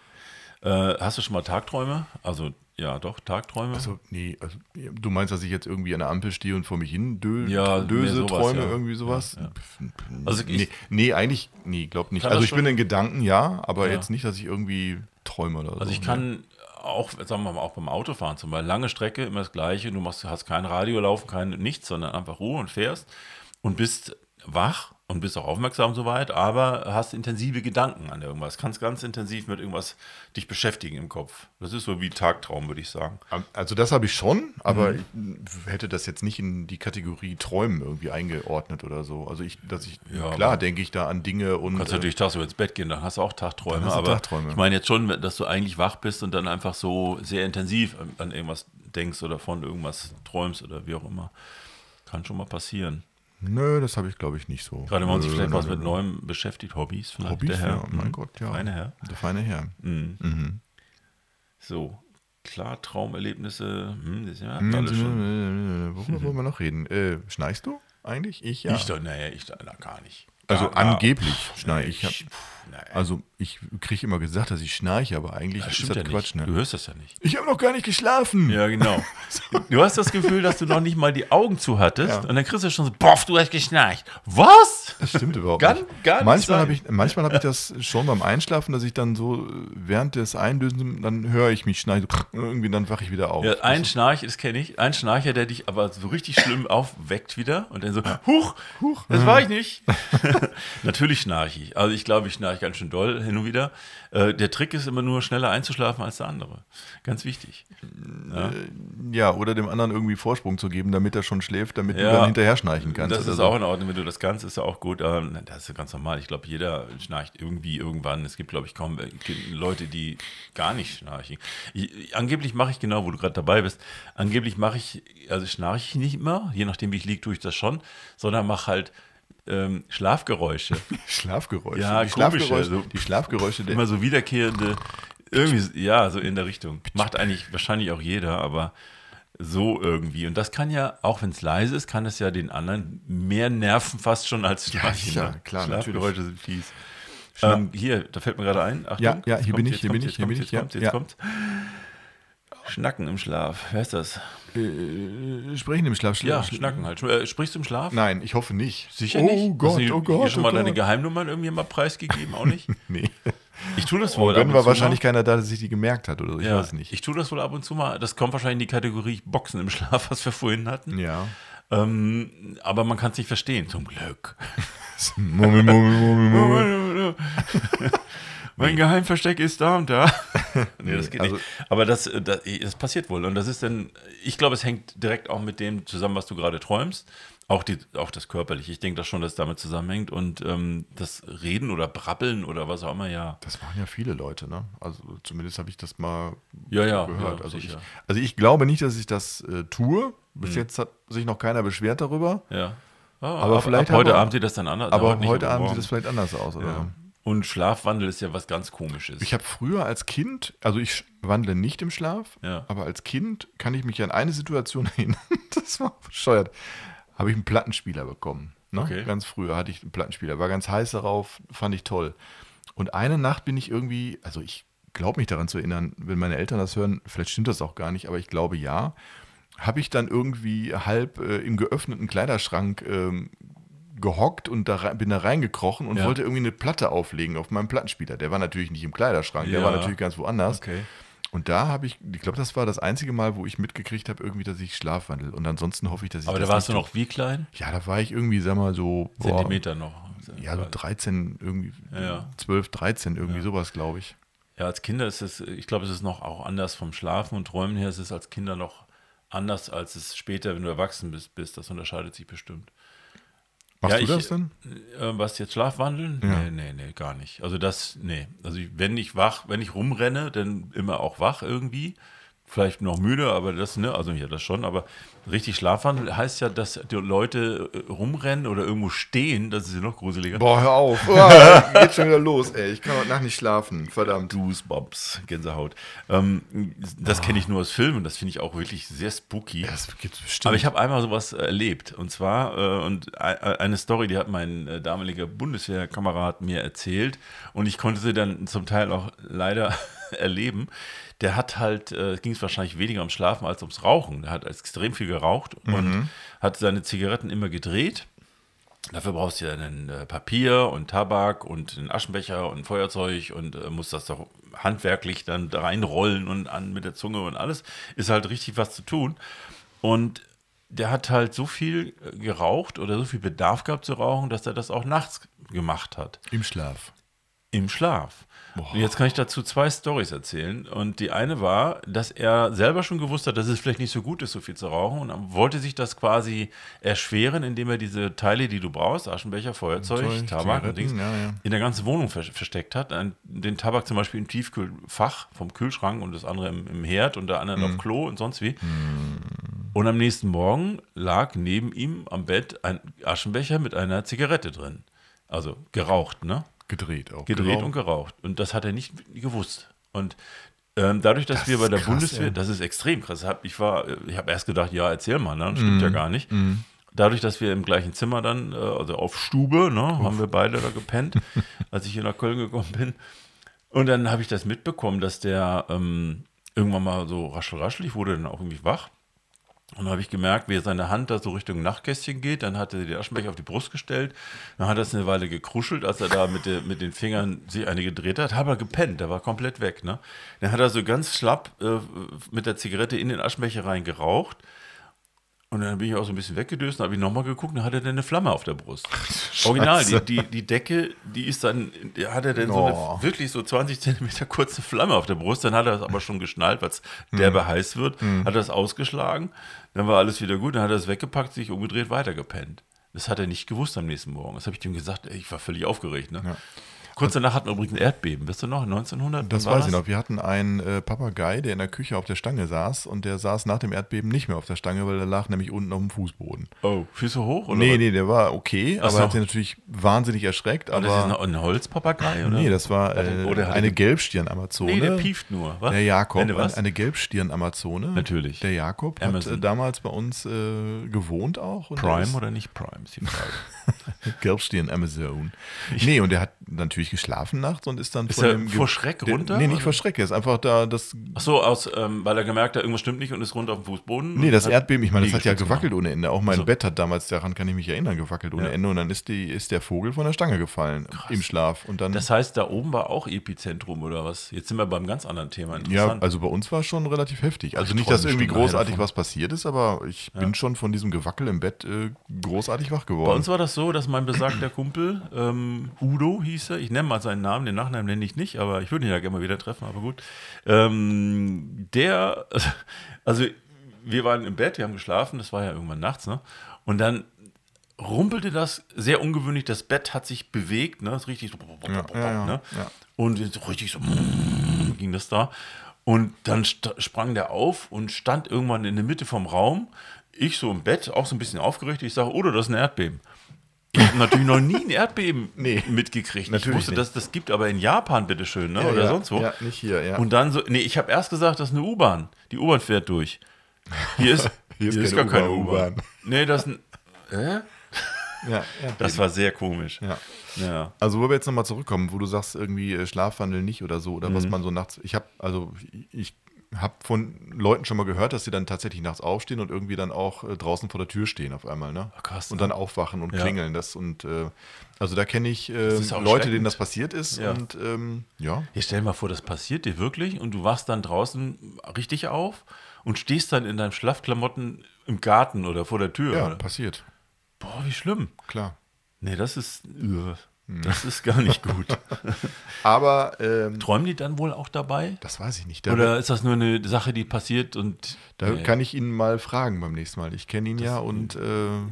Äh, hast du schon mal Tagträume? Also, ja, doch, Tagträume.
Also, nee, also, du meinst, dass ich jetzt irgendwie an der Ampel stehe und vor mich hin dö
Ja, mehr
döse,
sowas,
träume,
ja.
irgendwie sowas? Pff,
Also ich-
nee, nee, eigentlich, nee, glaub nicht.
Kann
Also
das
ich bin
schon-
in Gedanken, ja, aber
Ja.
jetzt nicht, dass ich irgendwie träume oder so.
Also ich
ne?
kann auch, sagen wir mal, auch beim Autofahren zum Beispiel, lange Strecke, immer das Gleiche, du machst, hast kein Radio laufen, kein nichts, sondern einfach Ruhe und fährst und bist wach und bist auch aufmerksam soweit, aber hast intensive Gedanken an irgendwas, kannst ganz intensiv mit irgendwas dich beschäftigen im Kopf. Das ist so wie Tagtraum, würde ich sagen.
Also das habe ich schon, aber ich hätte das jetzt nicht in die Kategorie Träumen irgendwie eingeordnet oder so. Also ich, dass ich,
Ja,
klar
aber-
denke ich da an Dinge und.
Kannst
äh,
natürlich tagsüber ins Bett gehen, dann hast du auch Tagträume.
Dann hast du
aber
Tagträume.
ich meine jetzt schon, dass du eigentlich wach bist und dann einfach so sehr intensiv an- an irgendwas denkst oder von irgendwas träumst oder wie auch immer. Kann schon mal passieren.
Nö, das habe ich glaube ich nicht so.
Gerade wenn man sich
Nö,
vielleicht
nö,
was
nö,
mit
nö.
Neuem beschäftigt, Hobbys vielleicht.
Also, genau.
der
Hobbys,
Herr.
ja, mein
Mhm.
Gott, ja.
Feine Herr.
Der feine Herr.
So, klar, Traumerlebnisse. Hm, das ist ja
Hm,
alles schon.
Worüber wollen wir noch reden? Äh, schnarchst du eigentlich? Ich ja.
Ich doch, naja, ich doch, na, gar nicht.
also
Gar- gar-
angeblich schnarche ich.
Ich,
hab-
pff, naja,
Also ich kriege immer gesagt, dass ich schnarche, aber eigentlich
das
ist
stimmt
das
ja
Quatsch.
nicht. Du
Ne?
hörst das ja nicht.
Ich habe noch gar nicht geschlafen.
Ja, genau. Du hast das Gefühl, dass du noch nicht mal die Augen zu hattest
Ja.
und dann kriegst du schon so, boff, du hast geschnarcht. Was?
Das stimmt überhaupt
Gar-
nicht.
gar nicht
manchmal
sein.
habe ich, manchmal hab ich das schon beim Einschlafen, dass ich dann so äh, während des Einlösen, dann höre ich mich schneiden, so, irgendwie dann wache ich wieder auf.
Ja, ein Schnarcher, das kenne ich, ein Schnarcher, der dich aber so richtig schlimm aufweckt wieder und dann so, huch, huch, das war ich nicht. Natürlich schnarche ich. Also ich glaube, ich schnarche ganz schön doll hin und wieder. Äh, der Trick ist immer nur, schneller einzuschlafen als der andere. Ganz wichtig.
äh, ja, oder dem anderen irgendwie Vorsprung zu geben, damit er schon schläft, damit du
Ja.
dann hinterher schnarchen kannst.
Das
oder
ist
so.
auch in Ordnung, wenn du das kannst, ist ja auch gut. Ähm, das ist ganz normal. Ich glaube, jeder schnarcht irgendwie irgendwann. Es gibt, glaube ich, kaum äh, Leute, die gar nicht schnarchen. Ich, ich- angeblich mache ich genau, wo du gerade dabei bist. Angeblich mache ich, also schnarche ich nicht immer, je nachdem, wie ich liege, tue ich das schon, sondern mache halt ähm, Schlafgeräusche.
Schlafgeräusche.
Ja,
die,
komische,
Schlafgeräusche
so-
die Schlafgeräusche der
Immer so wiederkehrende, irgendwie, ja, so in der Richtung. Macht eigentlich wahrscheinlich auch jeder, aber so irgendwie. Und das kann ja, auch wenn es leise ist, kann es ja den anderen mehr nerven fast schon als
Ja,
Schnarchen.
sicher,
ne?
klar, natürlich.
Schlafgeräusche sind fies. Ähm, hier, da fällt mir gerade ein. Achtung,
Ja, ja,
jetzt
hier
kommt's,
bin ich,
jetzt
hier bin
kommt's,
ich, hier bin
jetzt
ich, ja,
kommt's,
ja.
Jetzt kommt's, jetzt Schnacken im Schlaf. Wer ist das?
Äh, sprechen im Schlaf.
Ja,
Schlaf-
Schnacken halt. Sch- äh, Sprichst du im Schlaf?
Nein, ich hoffe nicht.
Sicher
oh
nicht.
Gott,
Hast du hier-
oh Gott.
Hier schon mal
oh
deine
Gott.
Geheimnummern irgendwie mal preisgegeben? Auch nicht? Oh,
Nee.
Ich tue das wohl.
Und wenn
ab
war
zu
wahrscheinlich
mal.
keiner da, der sich die gemerkt hat oder so. Ich
ja,
weiß nicht.
Ich tue das wohl ab und zu mal. Das kommt wahrscheinlich in die Kategorie Boxen im Schlaf, was wir vorhin hatten.
Ja.
Ähm, aber man kann es nicht verstehen, zum Glück.
Mummel, mummel, mummel, mummel.
mein Geheimversteck ist da und da. nee, das geht
also-
nicht. Aber das, äh, das, das passiert wohl. Und das ist dann, ich glaube, es hängt direkt auch mit dem zusammen, was du gerade träumst. Auch, die, auch das Körperliche. Ich denke das schon, dass es damit zusammenhängt. Und ähm, das Reden oder Brabbeln oder was auch immer, ja.
Das waren ja viele Leute, ne? Also zumindest habe ich das mal
Ja, ja,
gehört.
ja,
also, ich,
sicher. Hm.
also ich glaube nicht, dass ich das äh, tue. Bis jetzt hat sich noch keiner beschwert darüber.
ja. Ah,
Aber
ab,
vielleicht
ab heute
aber-
Abend sieht das dann anders
aber
nicht,
heute Abend sieht
morgen.
das vielleicht anders aus, oder?
ja. Und Schlafwandel ist ja was ganz Komisches.
Ich habe früher als Kind, also ich sch- wandle nicht im Schlaf,
Ja.
aber als Kind kann ich mich an eine Situation erinnern, das war bescheuert. Habe ich einen Plattenspieler bekommen. Ne?
Okay.
Ganz früher hatte ich einen Plattenspieler, war ganz heiß darauf, fand ich toll. Und eine Nacht bin ich irgendwie, also ich glaube mich daran zu erinnern, wenn meine Eltern das hören, vielleicht stimmt das auch gar nicht, aber ich glaube ja, habe ich dann irgendwie halb äh, im geöffneten Kleiderschrank ähm, gehockt und da, rein- bin da reingekrochen und
Ja.
wollte irgendwie eine Platte auflegen auf meinem Plattenspieler. Der war natürlich nicht im Kleiderschrank, der
Ja.
war natürlich ganz woanders.
Okay.
Und da habe ich, ich glaube, das war das einzige Mal, wo ich mitgekriegt habe, irgendwie, dass ich schlafwandel. Und ansonsten hoffe ich, dass ich.
aber da
das
warst du
nicht
noch wie klein?
tue. Ja, da war ich irgendwie, sag mal, so. boah,
Zentimeter noch.
Ja, so 13, irgendwie.
Ja.
12, 13, irgendwie sowas, glaube ich.
Ja, als Kinder ist es, ich glaube, es ist noch auch anders vom Schlafen und Träumen her. Es ist als Kinder noch anders, als es später, wenn du erwachsen bist, bist. Das unterscheidet sich bestimmt. Ja,
Machst du
ich-
das denn?
Äh, was jetzt Schlafwandeln? Nee, nee, nee, gar nicht. Also das, nee. Also ich, wenn ich wach, wenn ich rumrenne, dann immer auch wach irgendwie. Vielleicht noch müde, aber das, ne, also ja, das schon, aber richtig Schlafwandeln heißt ja, dass die Leute äh, rumrennen oder irgendwo stehen, das ist ja noch gruseliger.
Boah, hör auf. Uah, geht schon wieder los, ey. Ich kann heute Nacht nicht schlafen. Verdammt.
Goosebumps, Gänsehaut. Ähm, das kenne ich nur aus Filmen, das finde ich auch wirklich sehr spooky.
Das gibt's bestimmt.
Aber ich habe einmal sowas äh, erlebt. Und zwar, äh, und ei- äh, eine Story, die hat mein äh, damaliger Bundeswehrkamerad mir erzählt. Und ich konnte sie dann zum Teil auch leider erleben. Der hat halt, äh, ging es wahrscheinlich weniger ums Schlafen als ums Rauchen. Der hat extrem viel geraucht und hat seine Zigaretten immer gedreht. Dafür brauchst du ja dann äh, Papier und Tabak und einen Aschenbecher und ein Feuerzeug und äh, musst das doch handwerklich dann da reinrollen und an mit der Zunge und alles. Ist halt richtig was zu tun. Und der hat halt so viel äh, geraucht oder so viel Bedarf gehabt zu rauchen, dass er das auch nachts gemacht hat
Im Schlaf.
im Schlaf. Und jetzt kann ich dazu zwei Stories erzählen. Und die eine war, dass er selber schon gewusst hat, dass es vielleicht nicht so gut ist, so viel zu rauchen. Und wollte sich das quasi erschweren, indem er diese Teile, die du brauchst, Aschenbecher, Feuerzeug,
Zeug,
Tabak und
Zigaretten,
Dings,
ja, ja.
in der ganzen Wohnung ver versteckt hat. Ein, den Tabak zum Beispiel im Tiefkühlfach vom Kühlschrank und das andere im, im Herd und der andere
Mhm.
auf Klo und sonst wie. Und am nächsten Morgen lag neben ihm am Bett ein Aschenbecher mit einer Zigarette drin. Also geraucht, ne?
Gedreht auch. Genau.
gedreht
geraucht.
und geraucht. Und das hat er nicht gewusst. Und ähm, dadurch, dass
Das
wir bei
ist
der
krass,
Bundeswehr,
ey.
das ist extrem krass. Hab- Ich war, ich habe erst gedacht, ja, erzähl mal, ne? stimmt
Mhm.
ja gar nicht. Dadurch, dass wir im gleichen Zimmer dann, äh, also auf Stube, ne, haben wir beide da gepennt, als ich hier nach Köln gekommen bin. Und dann habe ich das mitbekommen, dass der ähm, irgendwann mal so raschel raschel, ich wurde dann auch irgendwie wach. Und dann habe ich gemerkt, wie seine Hand da so Richtung Nachtkästchen geht. Dann hat er den Aschenbecher auf die Brust gestellt. Dann hat er es eine Weile gekruschelt, als er da mit, der, mit den Fingern sich eine gedreht hat. Hat er gepennt, der war komplett weg. Ne? Dann hat er so ganz schlapp äh, mit der Zigarette in den Aschenbecher rein geraucht. Und dann bin ich auch so ein bisschen weggedöst, dann habe ich nochmal geguckt, dann hat er dann eine Flamme auf der Brust. Original, die, die, die Decke, die ist dann, die hat er dann so
Oh.
eine wirklich so 20 Zentimeter kurze Flamme auf der Brust, dann hat er es aber schon geschnallt, weil es
Mhm.
derbe heiß wird, hat er es ausgeschlagen, dann war alles wieder gut, dann hat er es weggepackt, sich umgedreht, weitergepennt. Das hat er nicht gewusst am nächsten Morgen. Das habe ich dem gesagt, ey, ich war völlig aufgeregt. Ne? Kurz danach hatten wir übrigens ein Erdbeben, weißt du noch, 1900?
Das
Wann war
weiß ich noch. Wir hatten einen äh, Papagei, der in der Küche auf der Stange saß und der saß nach dem Erdbeben nicht mehr auf der Stange, weil der lag nämlich unten auf dem Fußboden.
Oh, Füße hoch? Oder
Nee,
was?
nee, der war okay, aber
so.
hat den natürlich wahnsinnig erschreckt.
Das ist ne?
Aber
ein ein Holzpapagei, oder?
nee, das war
Hat den-
äh,
oder hat
eine
den-
Gelbstirn-Amazone.
Nee, der pieft nur. Was?
Der Jakob,
Eine was?
eine Gelbstirn-Amazone.
Natürlich.
Der Jakob
Amazon.
hat äh, damals bei uns äh, gewohnt auch. und der
Prime
ist-
oder nicht Prime, ist die Frage.
Gelbstirn Amazon. Nee, und er hat natürlich geschlafen nachts und ist dann
Ist
von
er
dem Ge-
vor Schreck
der-
runter,
Nee, nicht
oder?
vor Schreck. Er ist einfach da das
Ach so, aus, ähm, weil er gemerkt hat, irgendwas stimmt nicht und ist runter auf den Fußboden.
Nee,
und
das
hat
Erdbeben, ich meine, das hat ja
Liegestütze gemacht.
gewackelt ohne Ende. Auch mein
So.
Bett hat damals, daran kann ich mich erinnern, gewackelt ohne
Ja.
Ende. Und dann ist, die, ist der Vogel von der Stange gefallen im Schlaf. Und dann,
Das heißt, da oben war auch Epizentrum oder was? Jetzt sind wir beim ganz anderen Thema.
ja,
Interessant.
also bei uns war es schon relativ heftig. Also
Ich
nicht,
träume
dass irgendwie
bestimmt nachher
großartig
davon.
was passiert ist, aber ich bin schon von diesem Gewackel im Bett äh, großartig wach geworden.
bei uns war das so, dass mein besagter Kumpel, ähm, Udo hieß er, ich nenne mal seinen Namen, den Nachnamen nenne ich nicht, aber ich würde ihn ja gerne mal wieder treffen, aber gut. Ähm, der, also wir waren im Bett, wir haben geschlafen, das war ja irgendwann nachts, ne? Und dann rumpelte das sehr ungewöhnlich, das Bett hat sich bewegt, ne? Ist richtig so,
Ja, ja, ja,
ne?
ja.
Und jetzt so richtig so ging das da. Und dann st- sprang der auf und stand irgendwann in der Mitte vom Raum. Ich so im Bett, auch so ein bisschen aufgeregt. Ich sage, Udo, das ist ein Erdbeben. Ich habe natürlich noch nie ein Erdbeben
Nee,
mitgekriegt. Ich
natürlich
wusste,
nicht.
dass das gibt, aber in Japan bitteschön, ne?
ja,
oder
ja,
sonst wo.
Ja, nicht hier, ja.
Und dann so, nee, ich habe erst gesagt, das ist eine U-Bahn. Die U-Bahn fährt durch. Hier ist,
Hier
hier
ist
ist,
keine
gar keine
U-Bahn.
U-Bahn. Nee, das, ist ein- hä?
ja, ja.
das war sehr komisch.
ja.
Ja.
Also, wo wir jetzt nochmal zurückkommen, wo du sagst, irgendwie äh, Schlafwandel nicht oder so, oder
Mhm.
was man so nachts. Ich habe, also, ich habe von Leuten schon mal gehört, dass sie dann tatsächlich nachts aufstehen und irgendwie dann auch äh, draußen vor der Tür stehen auf einmal, ne?
Oh krass.
Und dann aufwachen und
Ja.
klingeln. Das und, äh, also, da kenne ich äh,
ist auch
Leute, denen
erschreckend.
das passiert ist
Ja.
und, ähm, ja.
Hier stell dir mal vor, das passiert dir wirklich und du wachst dann draußen richtig auf und stehst dann in deinen Schlafklamotten im Garten oder vor der Tür.
Ja,
oder?
passiert,
Boah, wie schlimm.
klar.
Nee, das ist. äh, Das ist gar nicht gut.
Aber, ähm,
Träumen die dann wohl auch dabei?
das weiß ich nicht. Da,
Oder ist das nur eine Sache, die passiert und.
da
Nee.
kann ich ihn mal fragen beim nächsten Mal. Ich kenne ihn ja und, äh,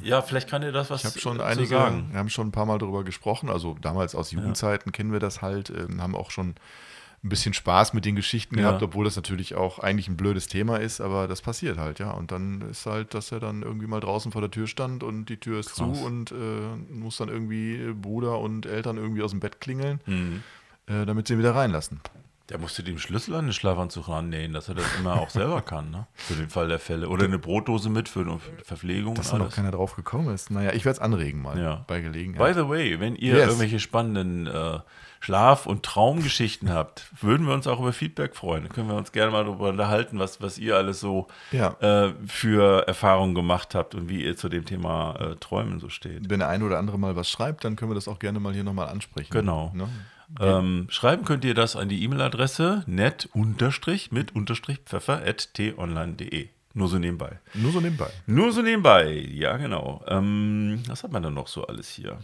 ja, vielleicht kann dir das was
Ich habe schon
zu
einige,
sagen.
wir haben schon ein paar Mal darüber gesprochen. Also damals aus Jugendzeiten kennen wir das halt, ähm, haben auch schon ein bisschen Spaß mit den Geschichten
Ja.
gehabt, obwohl das natürlich auch eigentlich ein blödes Thema ist, aber das passiert halt, ja. Und dann ist halt, dass er dann irgendwie mal draußen vor der Tür stand und die Tür ist
Krass.
zu und äh, muss dann irgendwie Bruder und Eltern irgendwie aus dem Bett klingeln,
Mhm.
äh, damit sie ihn wieder reinlassen.
Der musste den Schlüssel an den Schlafanzug rannähen, dass er das immer auch selber kann, ne? Für den Fall der Fälle. Oder eine Brotdose mit für die Verpflegung.
Dass
und
da noch keiner drauf gekommen ist. Naja, ich werde es anregen mal
Ja.
bei Gelegenheit.
By the way, wenn ihr
Yes.
irgendwelche spannenden äh, Schlaf- und Traumgeschichten habt, würden wir uns auch über Feedback freuen. Dann können wir uns gerne mal darüber unterhalten, was, was ihr alles so
Ja.
äh, für Erfahrungen gemacht habt und wie ihr zu dem Thema äh, Träumen so steht.
Wenn der eine oder andere mal was schreibt, dann können wir das auch gerne mal hier nochmal ansprechen.
Genau.
Ne?
Ähm, schreiben könnt ihr das an die E-Mail-Adresse net mit unterstrich pfeffer at t-online.de. Nur so nebenbei.
Nur so nebenbei.
Nur so nebenbei, ja genau. Ähm, was hat man dann noch so alles hier?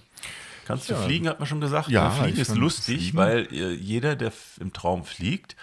Kannst du
Ja.
fliegen, hat man schon gesagt.
Ja,
ne? Fliegen
ich
ist
kann
lustig,
fliegen.
weil äh, jeder, der f- im Traum fliegt,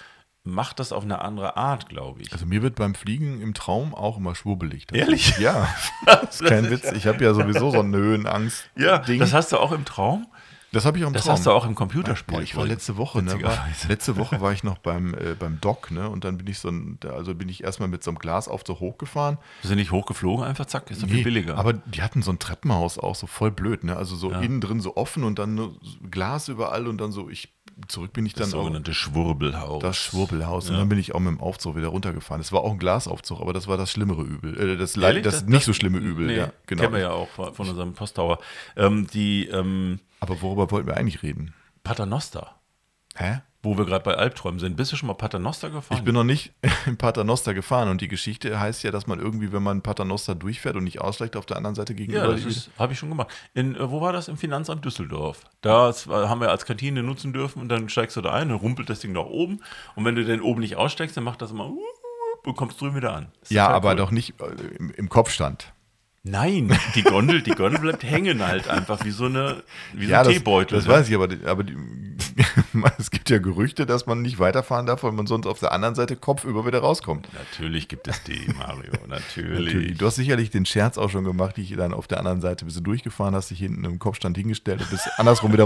macht das auf eine andere Art, glaube ich.
Also mir wird beim Fliegen im Traum auch immer schwubbelig. Das-
Ehrlich?
Ja.
Das
Kein Witz. Ich habe ja sowieso so eine Höhenangst.
Ja,
Ding.
das hast du auch im Traum?
das habe ich auch im
Das
Traum.
hast du auch im Computerspiel.
Boah, ich war letzte Woche, ne, war,
Witzigerweise.
letzte Woche war ich noch beim, äh, beim Doc, ne, und dann bin ich so, ein, also bin ich erstmal mit so einem Glas auf so hoch gefahren.
Bist du nicht hochgeflogen, einfach zack, ist doch viel billiger.
Aber die hatten so ein Treppenhaus auch, so voll blöd, ne, also so innen drin so offen und dann nur so Glas überall und dann so, ich, zurück bin ich dann
das
auch-
sogenannte Schwurbelhaus.
Das Schwurbelhaus. Und dann bin ich auch mit dem Aufzug wieder runtergefahren. Es war auch ein Glasaufzug, aber das war das schlimmere Übel. Äh,
Ehrlich?
das, leid, das,
Das-
nicht so schlimme Übel,
nee,
ja. Genau.
kennen wir ja auch von unserem Posttower. Ähm, die ähm,
Aber worüber wollten wir eigentlich reden?
Paternoster,
Hä?
wo wir gerade bei Albträumen sind. Bist du schon mal Paternoster gefahren?
Ich bin noch nicht im Paternoster gefahren und die Geschichte heißt ja, dass man irgendwie, wenn man Paternoster durchfährt und nicht aussteigt, auf der anderen Seite
Ja,
gegenüber.
das ist, habe ich schon gemacht. In, äh, wo war das? Im Finanzamt Düsseldorf. Da z- haben wir als Kantine nutzen dürfen und dann steigst du da ein, dann rumpelt das Ding nach oben und wenn du dann oben nicht aussteigst, dann macht das immer und kommst drüben wieder an. Ist
ja
total
aber
cool.
doch nicht äh, im, im Kopfstand.
Nein, die Gondel, die Gondel bleibt hängen halt einfach wie so eine wie so
ja,
ein
das,
Teebeutel.
das
ne?
weiß ich, aber, die- aber die, es gibt ja Gerüchte, dass man nicht weiterfahren darf, weil man sonst auf der anderen Seite kopfüber wieder rauskommt.
Natürlich gibt es die, Mario, natürlich.
Natürlich. Du hast sicherlich den Scherz auch schon gemacht, die ich dann auf der anderen Seite bist du durchgefahren, hast dich hinten im Kopfstand hingestellt und bist andersrum wieder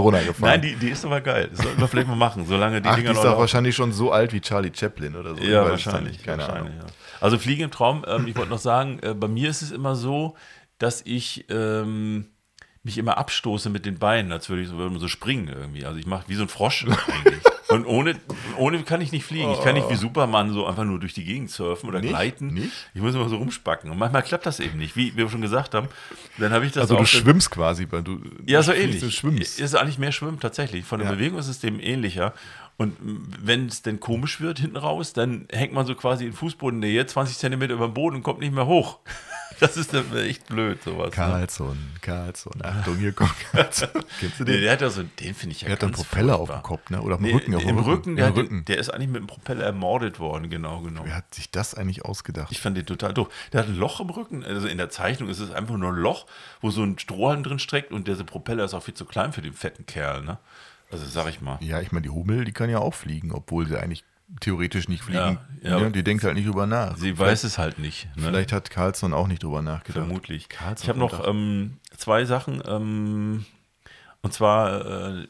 Nein,
runtergefahren.
die, die ist aber geil. Das sollten wir vielleicht mal machen, solange die
Ach, die
Dinger
ist
noch
doch
laufen.
wahrscheinlich schon so alt wie Charlie Chaplin oder so. Ich
Ja,
weiß es
wahrscheinlich.
nicht, Keine
wahrscheinlich
Ahnung.
Ja. Also Fliegen im Traum, ähm, ich wollte noch sagen, äh, bei mir ist es immer so, dass ich ähm, mich immer abstoße mit den Beinen, als würde ich so, würde man so springen irgendwie. Also ich mache wie so ein Frosch eigentlich. Und ohne, ohne kann ich nicht fliegen. Ich kann nicht wie Superman so einfach nur durch die Gegend surfen oder
Oh. Nicht?
gleiten.
Nicht?
Ich muss immer so rumspacken. Und manchmal klappt das eben nicht, wie wir schon gesagt haben. Dann habe ich das
Also du
auch-
schwimmst quasi, weil du
Ja, so
du
ähnlich.
schwimmst.
Ist eigentlich mehr Schwimmen tatsächlich. Von der
Ja.
Bewegung ist es dem ähnlicher. Und wenn es denn komisch wird hinten raus, dann hängt man so quasi in Fußbodennähe 20 Zentimeter über dem Boden und kommt nicht mehr hoch. Das ist dann echt blöd, sowas. Ne?
Karlsson, Karlsson, Achtung, hier kommt Karlsson. Kennst du
Nee,
den?
der hat ja so, den finde ich ja
Der hat einen
ganz
Propeller auf
furchtbar.
dem Kopf, ne? Oder auf dem
Nee,
Rücken. Auf dem
Im Rücken, der,
Im
hat-
Rücken.
der ist eigentlich mit dem Propeller ermordet worden, genau genau.
Wer hat sich das eigentlich ausgedacht?
Ich fand den total doof. Der hat ein Loch im Rücken. Also in der Zeichnung ist es einfach nur ein Loch, wo so ein Strohhalm drin steckt und der Propeller ist auch viel zu klein für den fetten Kerl. Ne? Also sag ich mal.
Ja, ich meine, die Hummel, die kann ja auch fliegen, obwohl sie eigentlich theoretisch nicht fliegen.
Ja, ja.
ne? Die denkt halt nicht drüber nach.
Sie weiß es halt nicht. Ne?
Vielleicht hat Karlsson auch nicht drüber nachgedacht.
Vermutlich.
Karlsson
ich habe noch
gedacht.
ähm, zwei Sachen. Ähm, und zwar, äh,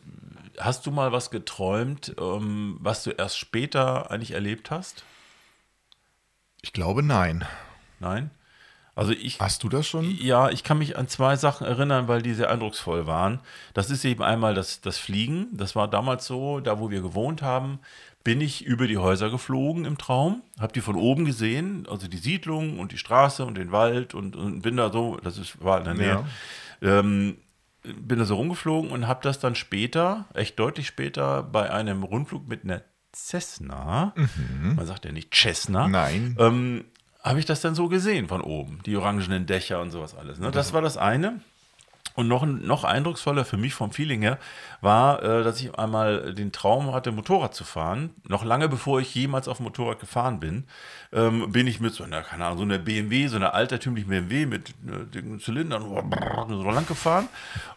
hast du mal was geträumt, ähm, was du erst später eigentlich erlebt hast?
Ich glaube, nein.
Nein? Also ich.
Hast du das schon?
Ja, ich kann mich an zwei Sachen erinnern, weil die sehr eindrucksvoll waren. Das ist eben einmal das, das Fliegen. Das war damals so, da wo wir gewohnt haben, bin ich über die Häuser geflogen im Traum, habe die von oben gesehen, also die Siedlung und die Straße und den Wald und, und bin da so, das ist, war in der Nähe, ähm, bin da so rumgeflogen und habe das dann später, echt deutlich später, bei einem Rundflug mit einer Cessna, man sagt ja nicht Cessna,
Nein.
ähm, habe ich das dann so gesehen von oben, die orangenen Dächer und sowas alles. Ne? Das war das eine. Und noch, noch eindrucksvoller für mich vom Feeling her war, äh, dass ich einmal den Traum hatte, Motorrad zu fahren. Noch lange bevor ich jemals auf dem Motorrad gefahren bin, ähm, bin ich mit so einer, keine Ahnung, so einer BMW, so einer altertümlichen BMW mit äh, dicken Zylindern so lang gefahren.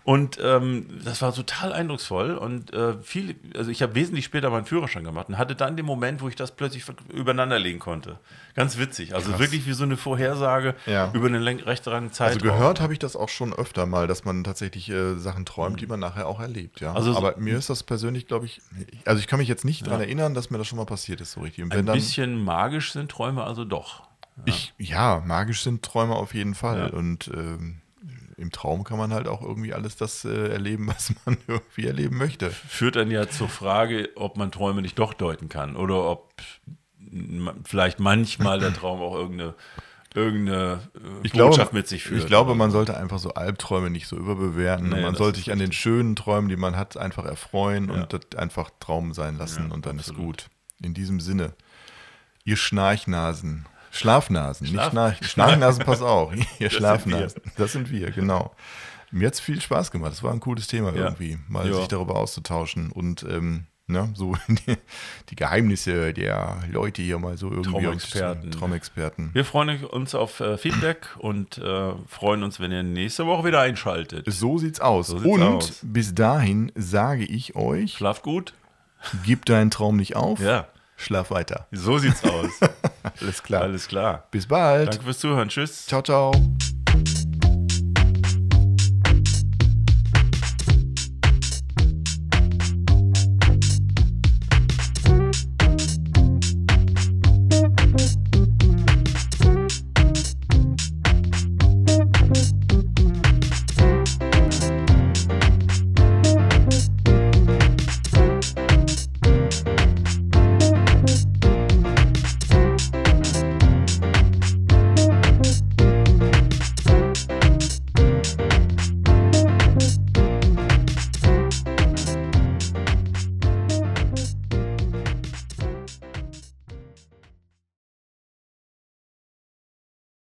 Und ähm, das war total eindrucksvoll. Und äh, viel, also ich habe wesentlich später meinen Führerschein gemacht und hatte dann den Moment, wo ich das plötzlich übereinander legen konnte. Ganz witzig. Also wirklich wie so eine Vorhersage
Ja.
über einen läng- recht langen
Also
Zeitraum.
gehört habe ich das auch schon öfter mal, dass man tatsächlich äh, Sachen träumt, die man nachher auch erlebt, ja.
Also so-
Aber mir ist das persönlich, glaube ich, also ich kann mich jetzt nicht daran erinnern, dass mir das schon mal passiert ist, so richtig. Und wenn
Ein
dann,
bisschen magisch sind Träume also doch.
ich, ja, magisch sind Träume auf jeden Fall.
Ja.
Und ähm, im Traum kann man halt auch irgendwie alles das äh, erleben, was man irgendwie erleben möchte.
Führt dann ja zur Frage, ob man Träume nicht doch deuten kann oder ob ma- vielleicht manchmal der Traum auch irgendeine, irgendeine äh, Botschaft mit sich führt.
Ich glaube, man sollte einfach so Albträume nicht so überbewerten.
Nee,
und man
das
sollte
ist
sich an den schönen Träumen, die man hat, einfach erfreuen und das einfach Traum sein lassen und dann ist gut. In diesem Sinne, ihr Schnarchnasen. Schlafnasen,
Schlaf-
nicht Schnarch Schnarchnasen, pass auf. Ihr
sind
Schlafnasen. das sind wir, genau. Mir hat es viel Spaß gemacht. Das war ein cooles Thema
Ja.
irgendwie, mal
Ja.
sich darüber auszutauschen und ähm, ne, so die, die Geheimnisse der Leute hier mal so irgendwie.
Traumexperten.
Traumexperten.
wir freuen uns auf äh, Feedback und äh, freuen uns, wenn ihr nächste Woche wieder einschaltet.
So sieht's aus.
So sieht's
Und
aus.
bis dahin sage ich euch,
Schlaft gut.
gib deinen Traum nicht auf,
Ja,
schlaf weiter.
so sieht's aus.
Alles klar.
Alles klar.
Bis bald.
Danke fürs Zuhören. Tschüss.
Ciao, ciao.